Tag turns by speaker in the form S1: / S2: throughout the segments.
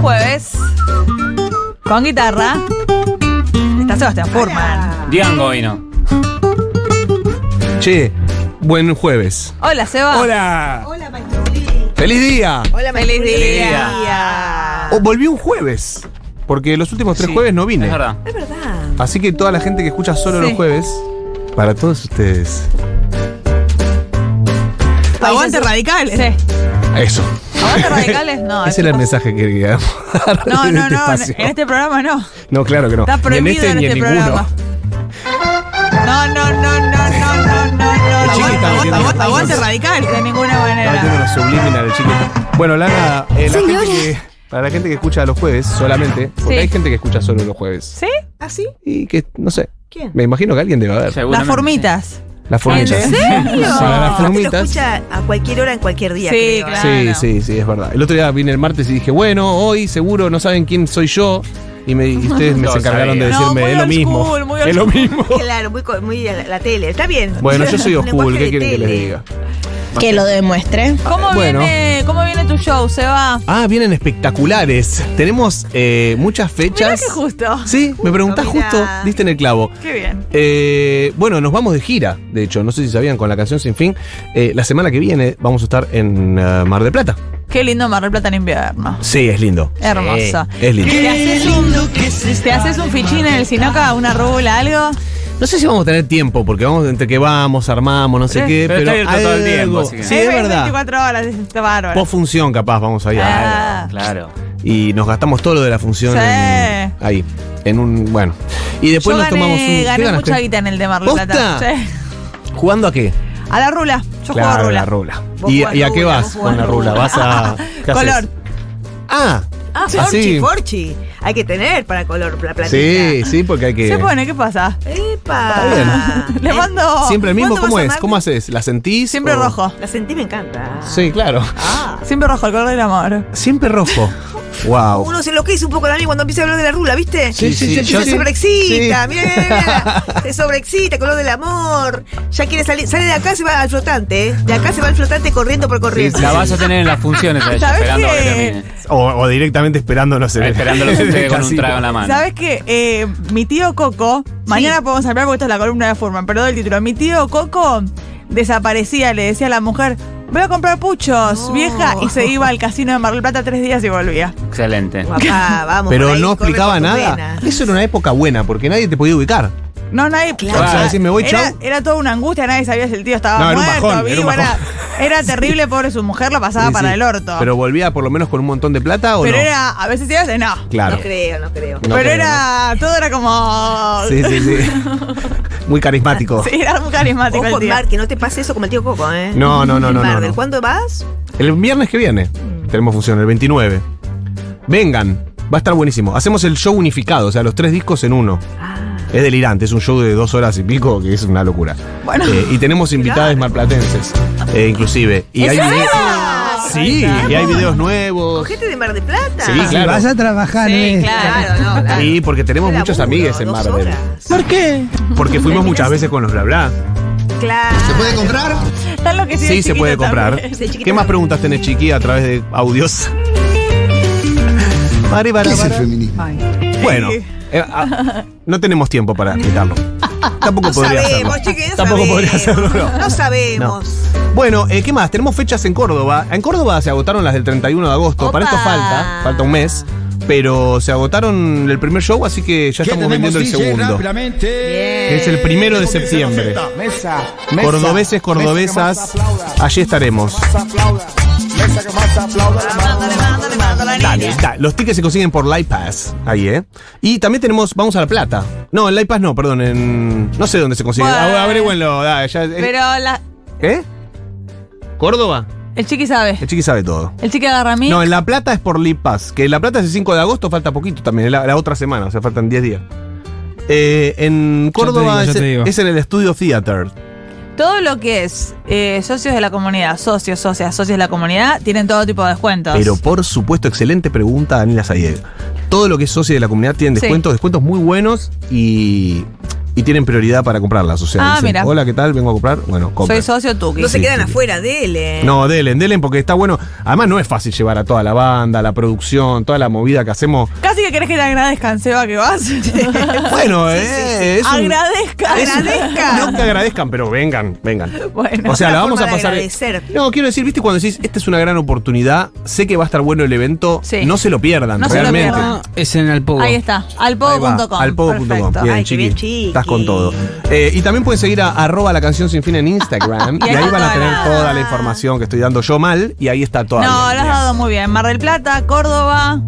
S1: Flores. Con guitarra. Está Sebastián Furman.
S2: Diango vino.
S3: Che, buen jueves.
S1: Hola, Seba.
S3: Hola.
S4: Hola, Maestro Uli.
S3: Feliz día.
S4: Hola,
S1: Feliz
S4: Maestro Uli.
S1: día.
S3: Oh, volví un jueves. Porque los últimos tres
S2: Sí,
S3: jueves no vine.
S2: Es verdad.
S4: Es verdad.
S3: Así que toda la gente que escucha solo
S1: Sí.
S3: los jueves, para todos ustedes. Oh,
S1: Aguante
S4: Países-
S1: radicales. Sí.
S3: Eso.
S1: Aguante radicales, no.
S3: Ese era el mensaje que queríamos dar.
S1: No,
S3: en
S1: no,
S3: este
S1: no.
S3: espacio.
S1: En este programa no.
S3: No, claro que no.
S1: Está
S3: ni en
S1: prohibido
S3: este
S1: en
S3: ni en
S1: este
S3: ninguno.
S1: programa. No, no, no, no, no, no, no, no.
S3: El chiqui
S1: Aguante,
S3: está
S1: aguante,
S3: metiendo-
S1: aguante, aguante radical de ninguna
S3: Estaba
S1: manera.
S3: metiendo los subliminales, chicos. Bueno, Lana, eh, la gente
S5: Señora.
S3: que- para la gente que escucha los jueves solamente, porque
S1: Sí.
S3: hay gente que escucha solo los jueves.
S1: ¿Sí?
S4: ¿Ah, sí?
S3: Y que, no sé,
S4: ¿Quién?
S3: me imagino que alguien debe haber.
S1: Las
S2: Seguramente.
S1: formitas.
S3: Las formitas.
S1: ¿En serio? Ah,
S3: Para las
S4: Aparte lo
S3: formitas.
S4: escucha a cualquier hora, en cualquier día.
S1: Sí,
S4: creo. ¿eh?
S1: claro.
S3: Sí, sí, sí, es verdad. El otro día vine el martes y dije, bueno, hoy seguro no saben quién soy yo. Y, me, y ustedes me
S2: Lo
S3: se encargaron de
S2: sabía.
S3: decirme,
S1: No, muy
S3: es lo
S1: old
S3: mismo.
S1: school, muy old
S3: es lo mismo.
S4: Claro, muy, co- muy a la, la tele. Está bien.
S3: Bueno, yo soy oscuro, ¿qué
S4: Lenguaje de
S3: quieren que les
S4: tele.
S3: diga?
S5: Que lo demuestre.
S1: ¿Cómo,
S3: Eh, bueno.
S1: viene, ¿Cómo viene tu show, Seba?
S3: Ah, vienen espectaculares. Tenemos eh, muchas
S1: Mirá
S3: fechas.
S1: que justo.
S3: Sí, me preguntás
S4: mirá.
S3: justo, diste en el clavo.
S1: Qué bien.
S3: Eh, bueno, nos vamos de gira, de hecho, no sé si sabían, con la canción Sin Fin. Eh, la semana que viene vamos a estar en eh, Mar del Plata.
S1: Qué lindo Mar del Plata en invierno.
S3: Sí, es lindo.
S1: Hermoso.
S3: Sí, es lindo.
S1: ¿Te haces un, te haces un fichín en el Sinoca, una rúbula, algo?
S3: No sé si vamos a tener tiempo, porque vamos entre que vamos, armamos, no sé
S1: Sí,
S3: qué.
S2: Eh, pero
S3: Pero,
S2: está abierto todo el
S3: algo-
S2: tiempo, así que-
S3: Sí, es verdad.
S1: 24 horas, está bárbaro.
S3: Post función capaz vamos allá.
S1: Ah.
S2: Claro.
S3: Y nos gastamos todo lo de la función
S1: Sí.
S3: en- ahí. En un. Bueno. Y después
S1: Yo
S3: nos
S1: gané,
S3: tomamos un. ¿qué
S1: gané
S3: ganaste?
S1: mucha guita en el de Mar del Plata.
S3: ¿Posta?
S1: Sí.
S3: ¿Jugando a qué?
S1: A la rula. Yo juego a
S3: Claro,
S1: rula.
S3: la rula.
S4: Vos
S3: ¿Y,
S4: jugás
S3: y a qué
S4: rula,
S3: vas
S4: vos
S3: con
S4: jugás
S3: la rula?
S4: rula.
S3: ¿Vas a. ¿qué
S1: Color.
S3: haces? Ah,
S4: Ah, Forchi,
S3: así.
S4: Forchi. Hay que tener para color la platita.
S3: Sí, sí, porque hay que.
S1: Se pone, ¿qué pasa?
S4: ¡Epa!
S1: Le mando.
S3: Siempre el mismo,
S4: ¿Cuándo
S3: ¿cómo
S4: vas a
S3: es?
S4: amar?
S3: ¿Cómo haces? ¿La sentís?
S1: Siempre
S3: o-
S1: rojo.
S4: La sentí, me encanta.
S3: Sí, claro.
S4: Ah.
S1: Siempre rojo, el color del amor.
S3: Siempre rojo. wow.
S4: Uno se lo que hizo un poco también cuando empieza a hablar de la rula, ¿viste?
S3: Sí, sí,
S4: se,
S3: sí, yo
S4: se
S3: sí.
S4: sobreexcita,
S3: Sí.
S4: mira, mira, mira, mira. Se sobreexcita, color del amor. Ya quiere salir, sale de acá, se va al flotante, ¿eh? De acá se va al flotante corriendo por corriente.
S2: La vas a tener en las funciones a ella,
S1: ¿Sabés
S2: esperando a que
S1: qué?
S2: termine.
S3: O, o directamente esperándonos en el-
S2: Esperándolos ustedes con un
S3: casita.
S2: trago en la mano.
S1: ¿Sabes qué? Eh, mi tío Coco, mañana podemos hablar porque esta es la columna de Furman, pero doy el título. Mi tío Coco desaparecía, le decía a la mujer, voy a comprar puchos,
S4: No.
S1: vieja, y se iba al casino de Mar del Plata tres días y volvía.
S2: Excelente.
S4: Papá, vamos. por
S3: Pero
S4: ahí,
S3: no
S4: corre
S3: explicaba
S4: por tus
S3: nada.
S4: venas.
S3: Eso era una época buena, porque nadie te podía ubicar.
S1: No, nadie...
S3: O sea, decir, me Ah, voy,
S1: era,
S3: chau.
S1: era toda una angustia, nadie sabía si el tío estaba
S3: No, era un
S1: muerto,
S3: bajón, era un
S1: vivo, era,
S3: bajón.
S1: era terrible, pobre su mujer, la pasaba
S3: Sí,
S1: para
S3: sí.
S1: el orto.
S3: Pero volvía por lo menos con un montón de plata o
S1: Pero
S3: no.
S1: era, a veces sí, a veces no.
S3: Claro.
S4: No creo, no creo.
S3: No
S1: pero
S3: creo,
S1: era, todo era como...
S3: Sí, sí, sí. Muy carismático.
S1: Sí, era muy carismático
S4: Ojo,
S1: el tío.
S4: Mar, que no te pase eso como el tío Coco, ¿eh?
S3: No, no, no, no, no,
S4: Mar,
S3: no.
S4: ¿Cuándo vas?
S3: El viernes que viene tenemos función, el 29. Vengan, va a estar buenísimo. Hacemos el show unificado, o sea, los tres discos en uno.
S4: Ah,
S3: Es delirante, es un show de dos horas y pico que es una locura.
S1: Bueno.
S3: Eh, y tenemos invitadas marplatenses, eh, inclusive. Y hay videos. Sí, y hay videos nuevos.
S4: ¿Cogete de Mar de Plata?
S3: Sí,
S6: Si
S3: claro.
S6: vas a trabajar
S1: Sí,
S6: en esto.
S1: claro.
S4: Claro, no, claro.
S3: Y porque tenemos
S4: Qué
S3: muchos
S4: laburo,
S3: amigues en
S4: dos
S3: Mar del-
S4: horas.
S6: ¿Por qué?
S3: Porque fuimos muchas veces con los bla bla.
S4: Claro.
S6: ¿Se puede comprar?
S1: Está enloquecido
S3: Sí,
S1: el
S3: se
S1: chiquito
S3: puede comprar.
S1: también.
S4: Sí, chiquito
S3: ¿Qué más
S4: también.
S3: preguntas tenés, Chiqui, a través de audios? Mari, para,
S6: ¿Qué es el
S3: para.
S6: feminismo?
S3: Bueno,
S1: Sí.
S3: eh, ah, no tenemos tiempo para explicarlo. Tampoco
S4: No
S3: podría
S4: sabemos,
S3: hacerlo.
S4: chiqui, no
S3: Tampoco
S4: sabemos.
S3: podría hacerlo. no.
S4: No sabemos.
S3: Bueno, eh, ¿qué más? Tenemos fechas en Córdoba. En Córdoba se agotaron las del 31 de agosto. Para esto
S1: Opa.
S3: falta, falta un mes. Pero se agotaron el primer show, así que ya estamos vendiendo el segundo. Que es el primero
S6: Eh,
S3: de septiembre. Cordobeses, cordobesas, allí estaremos. Dale, da- los tickets se consiguen por Live Pass. Ahí, ¿eh? Y también tenemos, vamos a La Plata. No, en Live Pass no, perdón, en... No sé dónde se consigue.
S1: Bueno.
S3: Ah, Averigüenlo, da, ya- eh,
S1: Pero la,
S3: ¿Eh? ¿Córdoba?
S1: el chiqui sabe.
S3: El chiqui sabe todo.
S1: El chiqui agarra a mí.
S3: No, en La Plata es por Live Pass. Que en La Plata es el 5 de agosto, falta poquito también, la, la otra semana, o sea, faltan 10 días. Eh, en Córdoba
S6: digo, ya
S3: es-
S6: te digo.
S3: es, en el Estudio Theater.
S1: Todo lo que es eh, socios de la comunidad, socios, socias, socios de la comunidad, tienen todo tipo de descuentos.
S3: Pero por supuesto, excelente pregunta, Daniela Sayed. Todo lo que es socio de la comunidad tiene
S1: Sí.
S3: descuentos, descuentos muy buenos y y tienen prioridad para comprarlas. O sea,
S1: Ah,
S3: dicen,
S1: mira.
S3: hola, ¿qué tal? Vengo a comprar. Bueno, compren.
S1: Soy socio Tuki.
S4: No se
S3: Sí,
S4: quedan
S3: sí.
S4: afuera de él, ¿eh?
S3: No, delen, delen, porque está bueno. Además, no es fácil llevar a toda la banda, la producción, toda la movida que hacemos.
S1: Casi que querés que te agradezcan, Seba, que vas.
S3: Bueno, eh, es un-
S1: agradezca,
S4: es un-
S1: agradezca.
S3: No que agradezcan, pero vengan, vengan.
S1: Bueno.
S3: o sea,
S4: una
S3: la vamos
S4: forma
S3: a
S4: de
S3: pasar.
S4: agradecer.
S3: No, quiero decir, viste, cuando decís, esta es una gran oportunidad, sé que va a estar bueno el evento,
S1: Sí.
S3: no se lo pierdan,
S1: No se lo
S3: realmente.
S1: pierdan.
S2: Ah, es en el pogo.
S1: Ahí está, alpogo.com.
S3: Al pogo.com.
S1: Perfecto.
S3: Bien,
S4: Ay, qué
S3: chiqui,
S4: bien, chiqui.
S3: Estás con todo. Eh, y también pueden seguir a arroba la canción sin fin en Instagram.
S1: Y ahí
S3: y ahí
S1: está
S3: van a
S1: toda
S3: tener
S1: la-
S3: toda la información que estoy dando yo mal. Y ahí está toda.
S1: No,
S3: bien.
S1: lo has dado muy bien. Mar del Plata, Córdoba,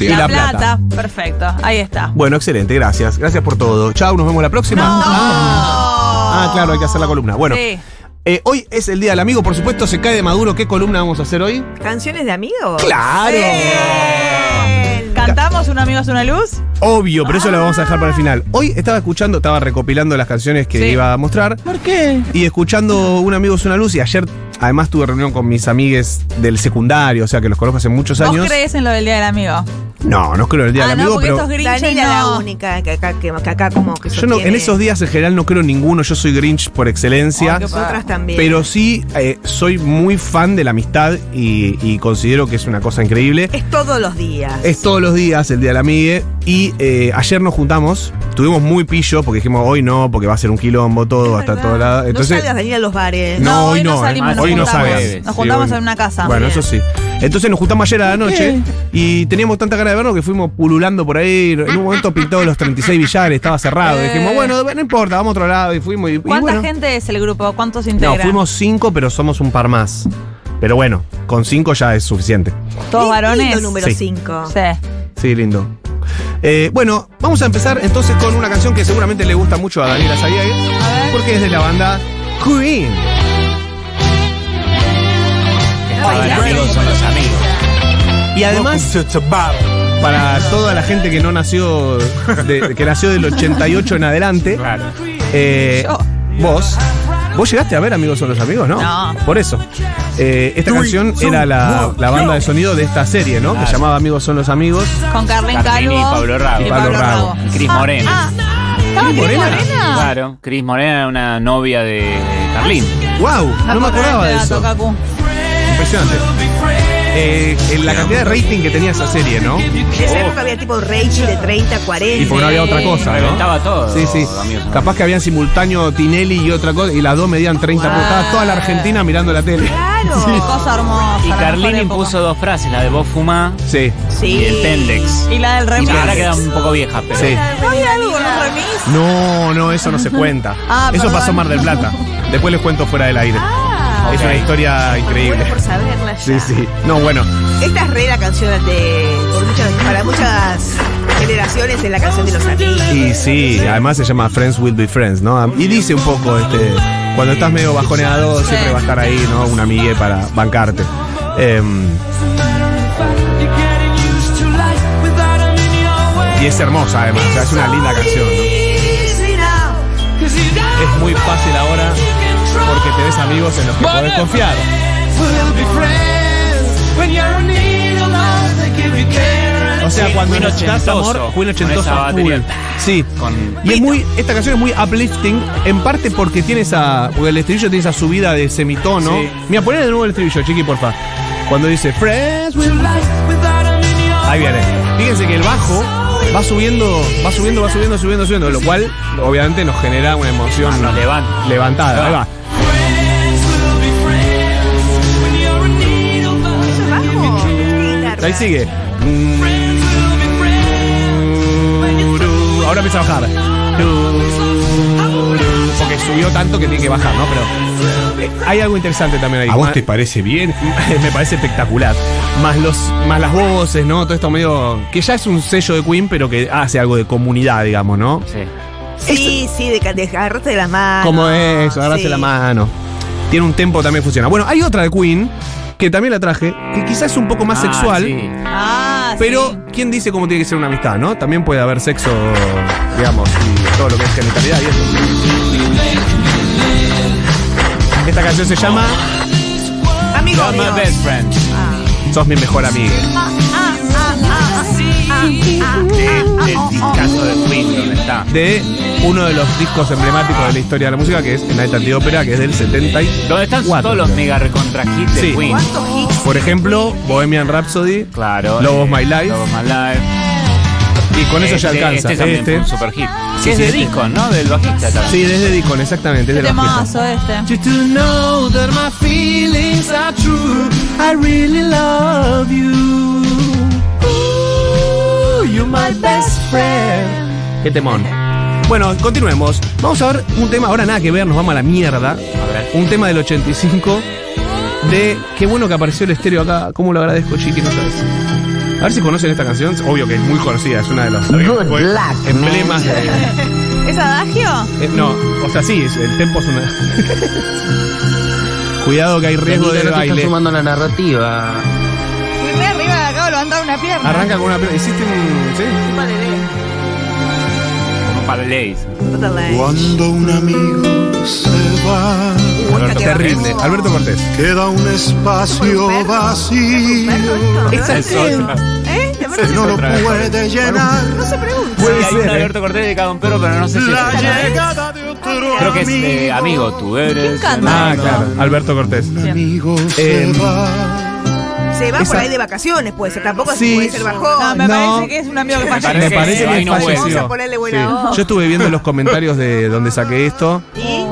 S3: Y
S1: La,
S3: La
S1: Plata.
S3: Plata.
S1: Perfecto, ahí está.
S3: Bueno, excelente, gracias. Gracias por todo. Chao, nos vemos la próxima. Ah. Ah, claro, hay que hacer la columna. Bueno.
S1: Sí.
S3: Eh, hoy es el Día del Amigo, por supuesto, se cae de Maduro. ¿Qué columna vamos a hacer hoy?
S4: ¿Canciones de amigos?
S3: ¡Claro!
S4: Bien.
S1: ¿Cantamos Un Amigo es una Luz?
S3: Obvio, pero eso lo vamos a dejar para el final. Hoy estaba escuchando, estaba recopilando las canciones que
S1: Sí.
S3: iba a mostrar.
S1: ¿Por qué?
S3: Y escuchando Un Amigo es una Luz. Y ayer, además, tuve reunión con mis amigues del secundario, o sea, que los conozco hace muchos
S1: ¿Vos
S3: años.
S1: crees en lo del Día del Amigo?
S3: No, no creo en el Día
S1: ah,
S3: del
S1: no,
S3: Amigo,
S1: porque
S3: pero.
S1: estos grinches
S4: Daniela la
S1: no.
S4: única que acá, que, que acá como que
S3: Yo no, en
S4: sostiene.
S3: esos días en general no creo en ninguno, yo soy Grinch por excelencia.
S1: Ay, qué
S4: Nosotras también.
S3: Pero sí, eh, soy muy fan de la amistad y, y considero que es una cosa increíble.
S4: Es todos los días.
S3: Es todos los días el Día de la Migue y eh, ayer nos juntamos, tuvimos muy pillo porque dijimos hoy no, porque va a ser un quilombo todo, va a estar
S1: verdad.
S3: todo lado.
S4: no
S3: Entonces,
S4: salgas, Daniela, a los bares.
S3: No,
S1: No, hoy
S3: hoy
S1: no
S3: no,
S1: salimos,
S3: además,
S1: nos
S3: hoy no
S1: juntamos.
S3: sabes.
S1: Nos juntamos
S3: Sí, hoy-
S1: en una casa.
S3: bueno,
S1: Bien.
S3: eso sí. Entonces nos juntamos ayer a la noche y teníamos tanta ganas de vernos que fuimos pululando por ahí. En un momento pintó los 36 billares, estaba cerrado.
S1: Eh.
S3: Dijimos, bueno, no importa, vamos a otro lado y fuimos. Y, y
S1: ¿Cuánta
S3: bueno.
S1: gente es el grupo? ¿Cuántos
S3: No,
S1: integran?
S3: fuimos cinco, pero somos un par más. Pero bueno, con cinco ya es suficiente.
S1: ¿Todos
S4: Lindo
S1: varones?
S4: número
S3: Sí.
S4: 5.
S1: Sí.
S3: Sí, lindo. Eh, bueno, vamos a empezar entonces con una canción que seguramente le gusta mucho a Daniela Zayag, porque es de la banda Queen.
S2: amigos son los amigos.
S3: Y además, para toda la gente que no nació, de- que nació del 88 en adelante,
S2: Claro.
S3: eh,
S1: Yo.
S3: vos, vos llegaste a ver Amigos son los amigos, ¿no?
S1: No.
S3: Por eso. Eh, esta canción era la, la banda de sonido de esta serie, ¿no? Que
S2: Claro.
S3: llamaba Amigos son los amigos.
S1: Con Carlín Calvo.
S2: Carlini y Pablo Rago.
S1: Y
S3: Y Pablo
S1: Pablo Ah,
S3: Rago.
S1: Rago.
S2: Y Cris Morena.
S1: ¿Estaba Cris
S3: Morena?
S1: Morena?
S2: Claro. Cris Morena era una novia de Carlín.
S3: ¡Wow! No me
S1: Tampoco
S3: acordaba
S1: era
S3: de
S1: dato,
S3: eso.
S1: Cacu.
S3: Impresionante. Eh, en la cantidad de rating que tenía esa serie, ¿no?
S4: En esa época había tipo Rage de 30, 40.
S3: Y porque no había otra cosa, ¿no?
S2: Reventaba todo.
S3: Sí, sí.
S2: Amigos, ¿no?
S3: Capaz que habían simultáneo Tinelli y otra cosa, y las dos medían 30
S1: Wow.
S3: puntos. Estaba toda la Argentina mirando la tele.
S4: Claro.
S1: Qué Oh, cosa hermosa.
S2: Y
S1: la mejor
S2: Carlini
S1: época.
S2: puso dos frases, la de vos fumá
S3: Sí.
S4: Sí.
S2: y el Pendex.
S1: Y la del
S2: Y
S1: remix.
S2: ahora queda un poco vieja, pero.
S3: Sí.
S1: ¿No había algo con un remix?
S3: No, no, eso no se cuenta.
S1: Ah,
S3: eso
S1: perdón.
S3: pasó en Mar del Plata. Después les cuento fuera del aire. Es
S2: Ok.
S3: una historia increíble.
S4: Ah. Bueno, por saberla ya.
S3: Sí, sí. No, bueno.
S4: Esta es re la canción de. por muchas- para muchas generaciones es la canción de los amigos.
S3: Y sí, además se llama Friends Will Be Friends, ¿no? Y dice un poco, este, cuando estás medio bajoneado, siempre va a estar ahí, ¿no? Un amigue para bancarte. Em, y es hermosa, además, o sea, es una linda canción, ¿no? Es muy fácil ahora porque tenés amigos en los que podés confiar. O sea, cuando
S2: Queen
S3: necesitas amor,
S2: ochentoso,
S3: Queen
S2: con esa
S3: ochentoso full.
S2: batería.
S3: Sí.
S2: Con
S3: Y es muy, esta canción es muy uplifting, en parte porque tiene esa. Porque el estribillo tiene esa subida de semitono.
S2: Sí.
S3: Mira, poné de nuevo el estribillo, chiqui, porfa. Cuando dice Friends with Ahí viene. Fíjense que el bajo va subiendo, va subiendo, va subiendo, subiendo, subiendo. Lo cual, obviamente, nos genera una emoción
S2: Ah, nos levanta.
S3: levantada. Ahí va.
S4: Bajo. Qué larga.
S3: Ahí sigue. Ahora empieza a bajar. Porque subió tanto que tiene que bajar, ¿no? Pero eh, hay algo interesante también ahí.
S6: ¿A vos
S3: Ma-
S6: te parece bien?
S3: me parece espectacular. Más los más las voces, ¿no? Todo esto medio que ya es un sello de Queen, pero que hace algo de comunidad, digamos, ¿no?
S2: Sí.
S4: Sí, sí, de, de agarrarte de la
S2: Ah,
S4: mano.
S3: Como eso, agarrarse
S4: Sí.
S3: la mano. Tiene un tempo también funciona. Bueno, hay otra de Queen que también la traje, que quizás es un poco más
S2: Ah,
S3: sexual.
S2: sí.
S1: Ah,
S3: Pero,
S1: sí.
S3: ¿quién dice cómo tiene que ser una amistad, no? También puede haber sexo, digamos, y todo lo que es genitalidad y eso. Esta canción se llama
S4: Amigo,
S2: You're my
S4: amigo.
S2: best friend. Ah.
S3: Sos mi mejor amiga.
S4: Ah, ah, ah, ah, ah, ah,
S2: Este el discazo de Queen donde está.
S3: de uno de los discos emblemáticos de la historia de la música, que es En la Etante de Ópera, que es del 70 y-
S2: Donde están
S3: Cuatro.
S2: todos los mega recontra hits de
S3: Sí.
S2: Queen.
S4: ¿Cuántos hits?
S3: Por ejemplo, Bohemian Rhapsody.
S2: Claro.
S3: Love of My Life.
S2: Love of My Life.
S3: Y con eso ya
S2: Este-
S3: alcanza.
S2: Este también fue
S3: Este.
S2: un super hit.
S3: Sí,
S2: Que es
S3: sí,
S2: de
S3: este.
S2: disco, ¿no? Del bajista también.
S3: Sí, desde Dicon, exactamente. Es
S1: Qué
S3: de la bajista.
S1: temazo este.
S6: you to know that my feelings are true. I really love you. Ooh, you're my best friend.
S3: Qué temón. Bueno, continuemos. Vamos a ver un tema, ahora nada que ver, nos vamos a la mierda.
S2: ver.
S3: Un tema del 85 de qué bueno que apareció el estéreo acá. ¿Cómo lo agradezco, Chiqui? No sabes. A ver si conocen esta canción. Obvio que es muy conocida, es una de las emblemas. de-
S1: ¿Es adagio?
S3: eh, no, o sea, sí, es- el tempo es una. Cuidado que hay riesgo de baile.
S6: la narrativa.
S1: Fui re arriba de acá, levantar una pierna.
S3: Arranca con una. pe- Hiciste un. ¿sí?
S4: eh.
S2: Como para Leis.
S4: eh.
S7: Cuando un amigo se va,
S4: Alberto
S3: Te rinde. Alberto Cortés.
S7: queda un espacio
S4: Bueno, perro.
S7: vacío
S2: Esa es otra.
S4: ¿Eh? ¿Te
S7: que
S4: parece?
S7: no lo puede llenar
S4: No se pregunta.
S2: Sí, hay
S3: eh.
S2: una de Alberto Cortés dedicada a un perro, pero no sé si es
S7: la
S2: esta.
S7: llegada de otro
S2: Creo que es eh,
S7: amigo.
S2: amigo, tú eres.
S1: ¿Quién canta?
S3: Ah, claro. Alberto Cortés.
S2: eh,
S7: Un amigo se
S3: Em,
S7: va.
S4: Se va por
S3: Esa-
S4: ahí de vacaciones, puede ser. Tampoco
S3: Sí.
S4: puede ser
S1: No,
S4: bajón.
S1: me
S3: No.
S1: parece que es un amigo que falleció.
S3: Me parece que
S2: ahí no vuelve.
S4: Vamos
S3: falleció.
S4: a ponerle buena
S3: Sí.
S4: onda.
S3: Yo estuve viendo los comentarios de donde saqué esto
S4: Y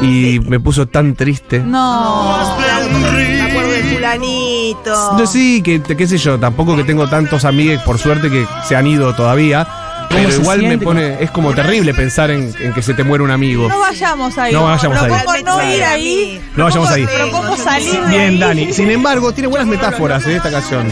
S3: y me puso tan triste.
S1: No.
S4: me acuerdo de fulanito.
S3: No, sí, que te- qué sé yo, tampoco que tengo tantos amigues por suerte que se han ido todavía, pero
S6: se
S3: igual me
S6: siente?
S3: pone, es como terrible pensar en, en que se te muere un amigo.
S1: No vayamos ahí.
S3: No vayamos ahí.
S1: Propongo no ir ahí.
S3: No vayamos ahí.
S1: Propongo salir de ahí.
S3: Bien, Dani. Sin embargo, tiene buenas metáforas en esta canción.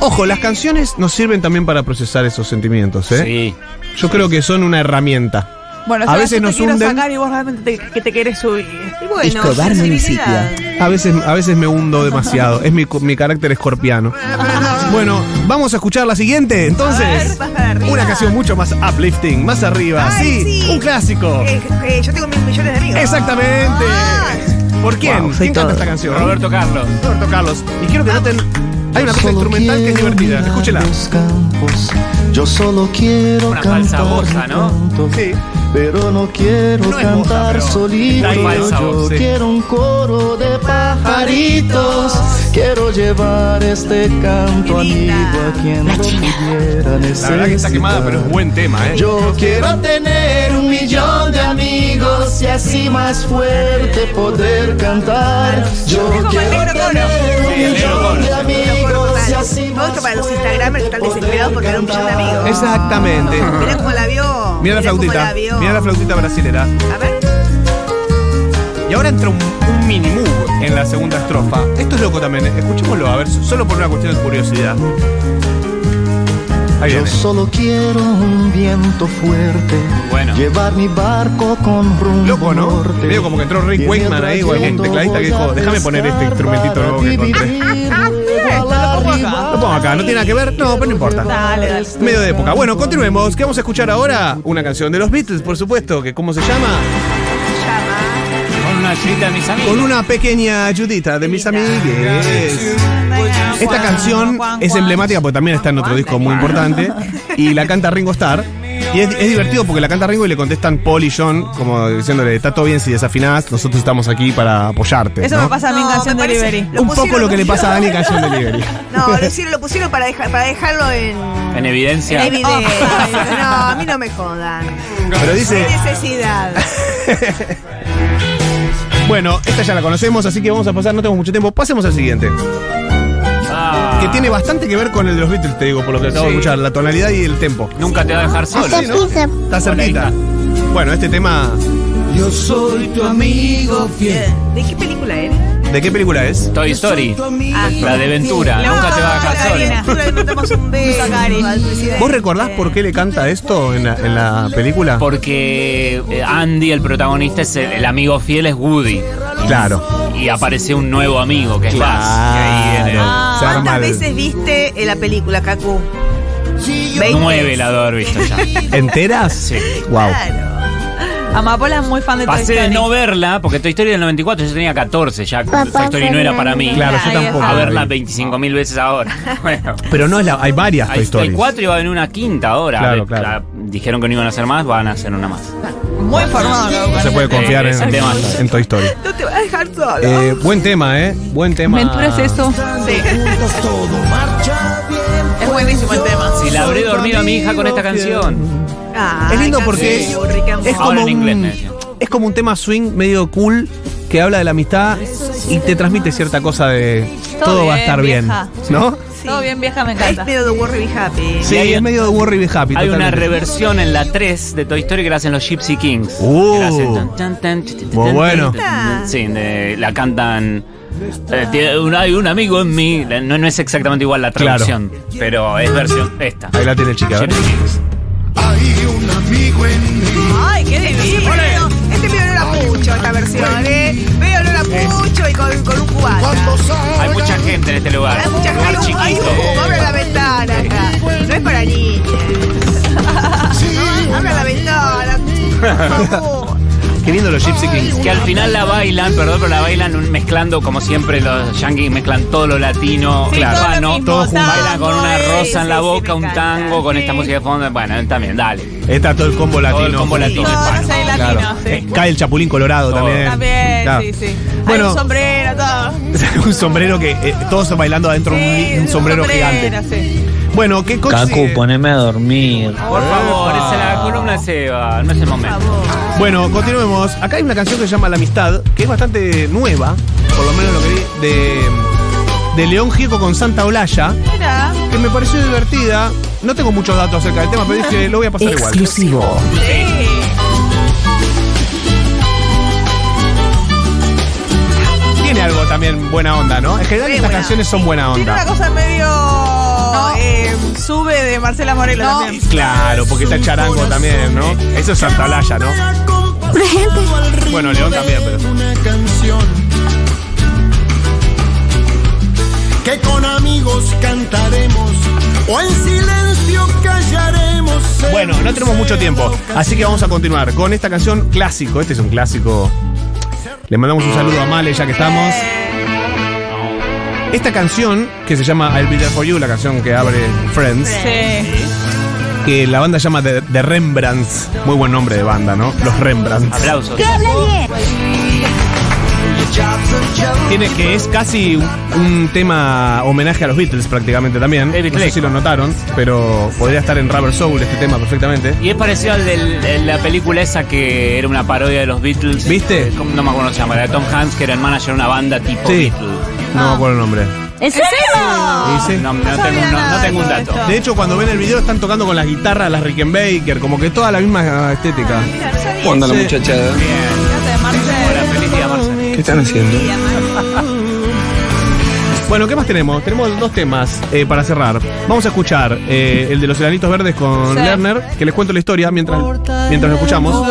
S3: Ojo, las canciones nos sirven también para procesar esos sentimientos, ¿eh?
S2: Sí.
S3: Yo creo que son una herramienta.
S1: Bueno,
S3: A
S1: Seba,
S3: veces
S1: yo te
S3: nos
S1: quiero
S3: hunden.
S1: sacar y vos realmente te- que te querés subir.
S4: Y bueno, sensibilidad.
S3: A veces, a veces me hundo demasiado. Es mi, co- mi carácter escorpiano. Bueno, vamos a escuchar la siguiente, entonces.
S4: Vas para arriba.
S3: Una canción mucho más uplifting, más arriba.
S4: Ay,
S3: sí,
S4: sí.
S3: un clásico.
S4: Eh, eh, yo tengo mil millones de amigos.
S3: Exactamente.
S4: Ah.
S3: ¿Por quién? ¿Quién canta esta canción?
S2: Roberto Carlos.
S3: Roberto Carlos. Y quiero que noten. Hay una cosa instrumental que es divertida. Escúchela.
S7: Yo solo quiero
S2: Una falsa bossa, ¿no?
S3: Sí.
S7: Pero no quiero
S3: No es bossa, cantar pero solito.
S2: hay falsa
S3: Yo voz, sí. quiero
S7: un coro de pajaritos. Quiero llevar este canto
S4: Qué linda. amigo
S7: a quien lo pudiera
S3: La verdad que está quemada, pero es buen tema, ¿eh?
S7: Yo quiero tener un millón de amigos y así más fuerte poder cantar. Yo
S4: Es como el
S7: quiero
S4: negro
S7: tener
S4: cono.
S7: un millón de amigos y así
S4: Todo
S7: más
S4: esto para los
S7: fuerte
S4: Instagramers que están
S7: poder
S4: desesperados por tener un millón de
S7: cantar.
S4: amigos.
S3: Exactamente.
S4: Mirá cómo la vio.
S3: Mira la
S4: Mirá cómo
S3: flautita.
S4: vio.
S3: Mira la flautita brasilera.
S4: A ver.
S3: Y ahora entra un, un mini move en la segunda estrofa. Esto es loco también. eh. Escuchémoslo, a ver, solo por una cuestión de curiosidad. Ahí
S7: Yo
S3: viene.
S7: solo quiero un viento fuerte.
S2: Bueno.
S7: Llevar mi barco con rumbo
S3: Loco, ¿no?
S7: norte.
S3: Veo como que entró Rick
S7: Viene
S3: Wakeman ahí, o algún
S7: trayendo
S3: tecladista que dijo,
S7: voy a
S3: déjame poner este
S7: pescar
S3: instrumentito
S7: para
S3: nuevo que encontré.
S7: vivir luego a la riva-
S3: Lo pongo acá, no tiene nada que ver, no, pero no importa.
S1: Dale, dale.
S3: Medio de época. Bueno, continuemos. ¿Qué vamos a escuchar ahora? Una canción de los Beatles, por supuesto, que ¿cómo se llama?
S2: Con una chulita de mis amigos.
S3: Con una pequeña ayudita de mis amigues. Esta canción es emblemática porque también está en otro disco muy importante y la canta Ringo Starr. Y es, es divertido porque la canta Ringo y le contestan Paul y John, como diciéndole, está todo bien si desafinás, nosotros estamos aquí para apoyarte.
S1: Eso
S3: ¿no?
S1: me pasa a mí en
S4: No,
S1: Canción
S4: me parece-
S1: Delivery.
S4: Lo
S3: Un poco
S4: pusieron-
S3: lo que le pasa a Dani Canción Delivery.
S4: No, lo, hicieron, lo pusieron para, dejar, para dejarlo en.
S2: En
S4: en
S2: evidencia.
S4: evidencia. No, a mí no me jodan.
S3: Pero
S4: No
S3: dice,
S4: hay necesidad.
S3: bueno, esta ya la conocemos, así que vamos a pasar, no tenemos mucho tiempo. Pasemos al siguiente,
S2: Ah.
S3: que tiene bastante que ver con el de los Beatles, te digo, por lo que acabo de
S2: Sí.
S3: escuchar, la tonalidad y el tempo.
S2: Nunca te va a dejar solo.
S3: Sí, ¿no? Está cerquita. Bueno, este tema,
S6: Yo soy tu amigo fiel.
S4: ¿De qué película era? Ah,
S3: ¿de qué película es?
S2: Toy Story. La de Ventura.
S1: La
S2: Nunca te va a
S1: otra
S2: dejar solo.
S1: Karina.
S4: Tú le mandamos un beso al presidente.
S3: ¿Vos recordás por qué le canta esto en la, en la película?
S2: Porque eh, Andy, el protagonista, es el, el amigo fiel es Woody.
S3: Claro.
S2: Y aparece un nuevo amigo que es Buzz. que ahí en el-
S1: Ah.
S3: Se arma
S4: ¿Cuántas
S3: el-
S4: veces viste eh, la película, Kaku?
S2: Nueve la de haber visto ya.
S3: ¿Enteras?
S2: Sí.
S3: Wow.
S4: Claro.
S1: Amapola es muy fan de Toy
S2: Pasé de
S1: Story.
S2: no verla, porque Toy Story del 94 yo tenía 14 ya. Toy Story no era para mí.
S3: Claro, yo
S1: Ahí
S3: tampoco.
S1: está.
S2: A
S3: la
S2: verla
S3: vi.
S2: 25.000 veces ahora. Bueno.
S3: Pero no es la. Hay varias Toy
S2: Hay, hay
S3: Stories.
S2: cuatro y va a venir una quinta ahora.
S3: Claro,
S2: La-
S3: claro.
S2: dijeron que no iban a hacer más, van a hacer una más.
S1: Muy formado.
S3: No se puede confiar
S2: Eh,
S3: en,
S2: es un temazo.
S3: en Toy Story.
S4: No te va a dejar solo.
S3: Eh, buen tema, ¿eh? Buen tema.
S1: Ventura es eso. Sí. Es buenísimo el tema.
S2: Si la habré dormido a mi hija con esta canción.
S4: Ay,
S3: Es lindo
S4: Cancino,
S3: porque es,
S4: Rick and
S3: es
S4: Morty.
S2: Ahora
S3: como
S2: en inglés,
S3: un,
S2: me decía.
S3: es como un tema swing medio cool que habla de la amistad y te transmite cierta cosa de todo,
S1: Todo
S3: va a
S1: bien,
S3: estar bien,
S1: vieja.
S3: ¿no?
S1: Todo bien, vieja, me
S4: Es
S1: encanta.
S4: medio de Worry Be Happy.
S3: Sí,
S2: hay-
S3: es medio de worry be happy.
S2: Hay una
S3: totalmente.
S2: reversión en la 3 de Toy Story que la hacen los Gypsy Kings.
S3: Uh.
S2: Que la hacen tan, tan, tan, tan, tan,
S3: Muy
S2: tan,
S3: bueno.
S2: tan, tan. Sí, de- la cantan. eh, tiene un- hay un amigo en mí. La- No, no es exactamente igual la
S3: Claro.
S2: traducción, pero es versión esta.
S3: Ahí la tiene el chica. a ver.
S2: Gypsy Kings.
S4: Ay, qué divino. Este medio olor a pucho, esta versión, ¿eh? Medio olor a pucho y con, con un cubata.
S2: Hay mucha gente en este lugar.
S4: Hay mucha
S2: Lugar
S4: gente. Hay un humo, abre la ventana acá. No es para niñas. Abre la ventana. Por favor.
S3: Qué lindo los Gypsy Kings.
S2: Que al final la bailan, perdón, pero la bailan un- mezclando, como siempre, los yankees mezclan todo lo latino,
S1: Sí,
S2: claro,
S1: todo lo
S2: urbano,
S1: mismo,
S3: todo junto.
S2: Bailan con una
S1: tango,
S2: rosa en la
S4: sí, sí,
S2: boca,
S4: me
S2: un
S4: encanta.
S2: tango, con esta
S1: Sí.
S2: música de fondo. Bueno, también, dale.
S3: Está todo el combo latino.
S2: el combo latino.
S1: Todo, no sé,
S3: Claro.
S1: latino,
S3: Eh,
S1: sí.
S3: Cae el chapulín colorado
S2: Todo.
S3: también.
S1: También,
S3: Claro.
S1: sí, sí. Hay
S3: Bueno,
S1: un sombrero, todo. Sí,
S3: un sombrero que eh, todos bailando adentro un- un, sombrero gigante.
S1: sí.
S3: Bueno, ¿qué coche?
S8: Cacu, poneme a dormir.
S2: Por favor, esa es la columna de Seba, no es el momento.
S3: Bueno, continuemos. Acá hay una canción que se llama La Amistad, que es bastante nueva, por lo menos lo que vi, de, de León Gieco con Santa Olalla,
S1: Mira,
S3: que me pareció divertida. No tengo muchos datos acerca del tema, pero dije, lo voy a pasar igual.
S1: sí.
S3: Tiene algo también buena onda, ¿no? En general
S4: Sí,
S3: estas
S4: buena.
S3: canciones son buena
S1: Tiene una
S3: onda.
S1: cosa medio. eh, sube de Marcela Morelo también.
S3: Claro, porque está charango también, ¿no? Eso es Santa Olalla, ¿no? Bueno, León también, pero...
S6: Una canción que con amigos cantaremos o en silencio callaremos. el
S3: Bueno, no tenemos mucho tiempo,
S6: deseo
S3: así que vamos a continuar con esta canción clásico. Este es un clásico. Le mandamos un saludo a Male ya que estamos. Esta canción, que se llama I'll Be There For You, la canción que abre Friends,
S1: Sí.
S3: que la banda llama The, The Rembrandts. Muy buen nombre de banda, ¿no? Los Rembrandts.
S2: Aplausos.
S3: Tiene que es casi un, un tema homenaje a los Beatles prácticamente también.
S2: David
S3: No sé
S2: Lake.
S3: si lo notaron, pero podría estar en Rubber Soul este tema perfectamente.
S2: Y es parecido al del- de la película esa que era una parodia de los Beatles.
S3: ¿Viste?
S2: Eh, ¿cómo- No me acuerdo cómo se llama, la de Tom Hanks, que era el manager de una banda tipo
S3: Sí.
S2: Beatles.
S3: No me acuerdo el nombre.
S5: ¿En serio?
S3: Y sí.
S2: No, no tengo,
S1: sabía
S2: no- no
S1: nada de
S2: tengo un
S1: todo
S2: dato.
S1: esto.
S3: De hecho, cuando ven el video están tocando con las guitarras, las Rickenbacker, como que toda la misma
S1: Ah,
S3: estética.
S9: onda la
S3: Sí.
S9: muchachada?
S1: Fíjate,
S2: Hola,
S1: Marcel.
S2: feliz día, Marcel.
S9: ¿Qué están haciendo?
S3: Bueno, ¿qué más tenemos? Tenemos dos temas eh, para cerrar. Vamos a escuchar eh, el de los enanitos verdes con
S1: Sí.
S3: Lerner, que les cuento la historia mientras, mientras lo escuchamos.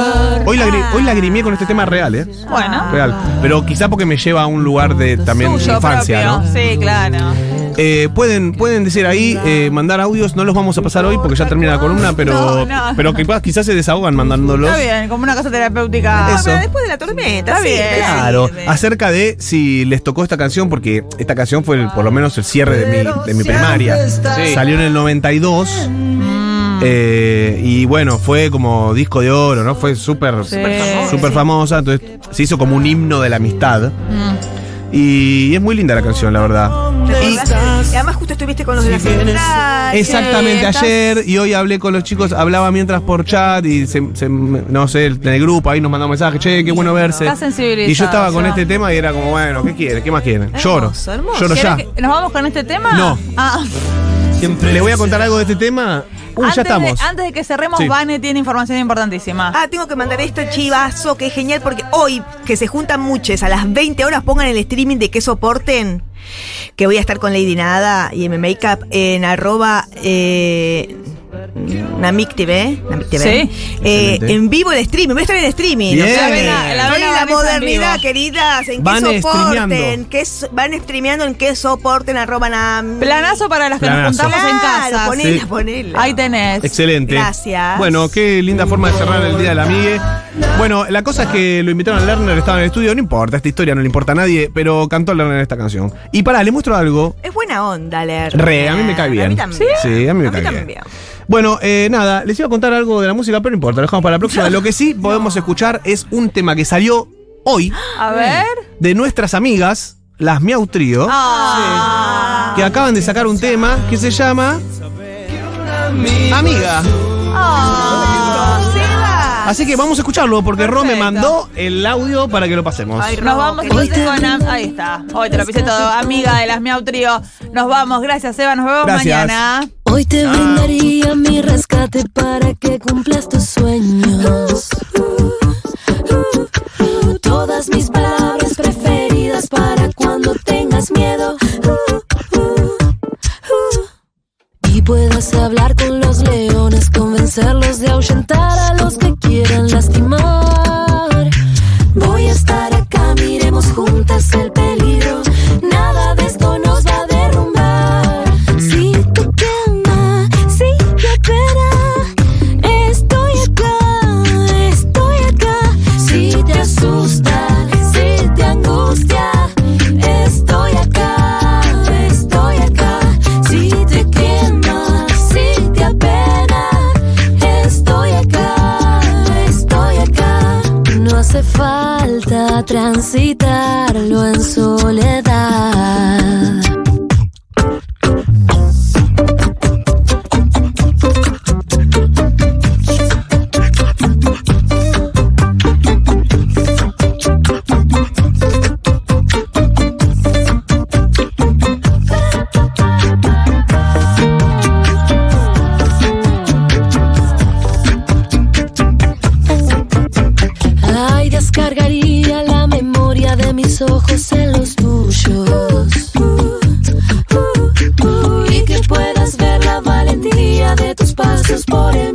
S3: Hoy, lagri hoy lagrimié con este tema real, ¿eh?
S1: Bueno.
S3: Real. Pero quizá porque me lleva a un lugar de también
S1: Suyo
S3: infancia,
S1: propio.
S3: ¿no?
S1: Sí, claro.
S3: Eh, pueden, pueden decir ahí, eh, mandar audios, no los vamos a pasar hoy porque ya termina la columna, pero,
S1: No, no.
S3: pero que- quizás se desahogan mandándolos.
S1: Está bien, como una cosa terapéutica.
S3: Eso.
S4: Pero después de la tormenta,
S1: Está
S4: sí,
S1: bien.
S4: pero sí.
S3: Claro, acerca de si les tocó esta canción, porque esta canción fue el- por lo menos el cierre de mi, de mi primaria.
S2: Sí.
S3: Salió en el 92.
S1: Mm.
S3: eh, y bueno, fue como disco de oro, ¿no? Fue súper
S1: Súper famosa.
S3: súper famosa. Entonces se hizo como un himno de la amistad.
S1: Mm.
S3: Y es muy linda la canción, la verdad.
S4: Y además justo estuviste con los de la central.
S3: Exactamente,
S1: estás-
S3: ayer y hoy hablé con los chicos, hablaba mientras por chat y se- se- no sé, en el grupo ahí nos mandó mensajes, che, qué bueno verse.
S1: Está sensibilizado,
S3: Y yo estaba con
S1: ya.
S3: este tema y era como, bueno, ¿qué quiere? ¿Qué más quieren? Lloro.
S4: hermoso.
S3: Lloro ya.
S1: ¿Querés que- ¿Nos vamos con este tema?
S3: No.
S1: Ah,
S3: ¿Le voy a contar algo de este tema? Uy,
S1: antes
S3: ya estamos.
S1: De, antes de que cerremos,
S3: Sí.
S1: Vane tiene información importantísima.
S4: Ah, tengo que mandar esto chivazo, que es genial, porque hoy que se juntan muchos, a las 20 horas pongan el streaming de que soporten. Que voy a estar con Lady Nada y M Makeup en arroba eh, Namik TV. Namik TV.
S1: Sí.
S4: Eh,
S3: Excelente.
S4: en vivo en streaming. Voy a estar en streaming.
S3: Bien.
S4: sea,
S3: La
S4: que-
S3: vena-
S1: la
S4: Soy
S1: vena
S4: la
S1: Vanessa en
S4: modernidad,
S1: vivo.
S4: queridas. En
S3: Van
S4: qué soporten.
S3: streameando.
S4: qué so- van streameando en qué soporten arroba nam.
S1: Planazo para las que
S3: Planazo.
S1: nos juntamos en
S4: Claro,
S1: casa.
S4: ponela,
S3: Sí.
S4: ponela.
S1: Ahí tenés.
S3: Excelente.
S4: Gracias.
S3: Bueno, qué linda forma de cerrar el día de la migue. Bueno, la cosa es que lo invitaron a Lerner, estaba en el estudio, no importa, esta historia no le importa a nadie, pero cantó Lerner esta canción. Y pará, le muestro algo.
S4: Es buena onda, leer.
S3: Re, a mí me cae bien.
S4: A mí también.
S3: Sí, a mí me cae bien. Bueno, eh, nada, les iba a contar algo de la música, pero no importa, lo dejamos para la próxima. Lo que sí podemos escuchar es un tema que salió hoy
S1: A ver.
S3: de nuestras amigas, las Miau Trío,
S1: Ah.
S3: que acaban de sacar un tema que se llama Amiga.
S1: Ah.
S4: Seba.
S3: Así que vamos a escucharlo porque Ro me
S1: Perfecto.
S3: mandó el audio para que lo pasemos.
S4: Ay,
S1: Nos vamos entonces con Am- Ahí está. Hoy te lo pise todo. Amiga de las Miau Trío. Nos vamos. Gracias, Eva. Nos vemos
S3: Gracias.
S1: mañana.
S8: Hoy te brindaría mi rescate para que cumplas tus sueños. Todas mis palabras preferidas para cuando tengas miedo. Y puedas hablar con los leones, convencerlos de ahuyentar a los que quieran lastimar. Voy a estar acá, miremos juntas el peligro. Nada de esto nos va a derrumbar. Si tu calma, si yo espera, estoy acá, estoy acá. Si te asusta, si te angustia, estoy acá, estoy acá. Si te quema, si te apena, estoy acá, estoy acá. No hace falta transitarlo en soledad. Ay, descargaría la memoria de mis ojos en los tuyos. Uh, uh, uh, y que puedas ver la valentía de tus pasos por el Ah, ah,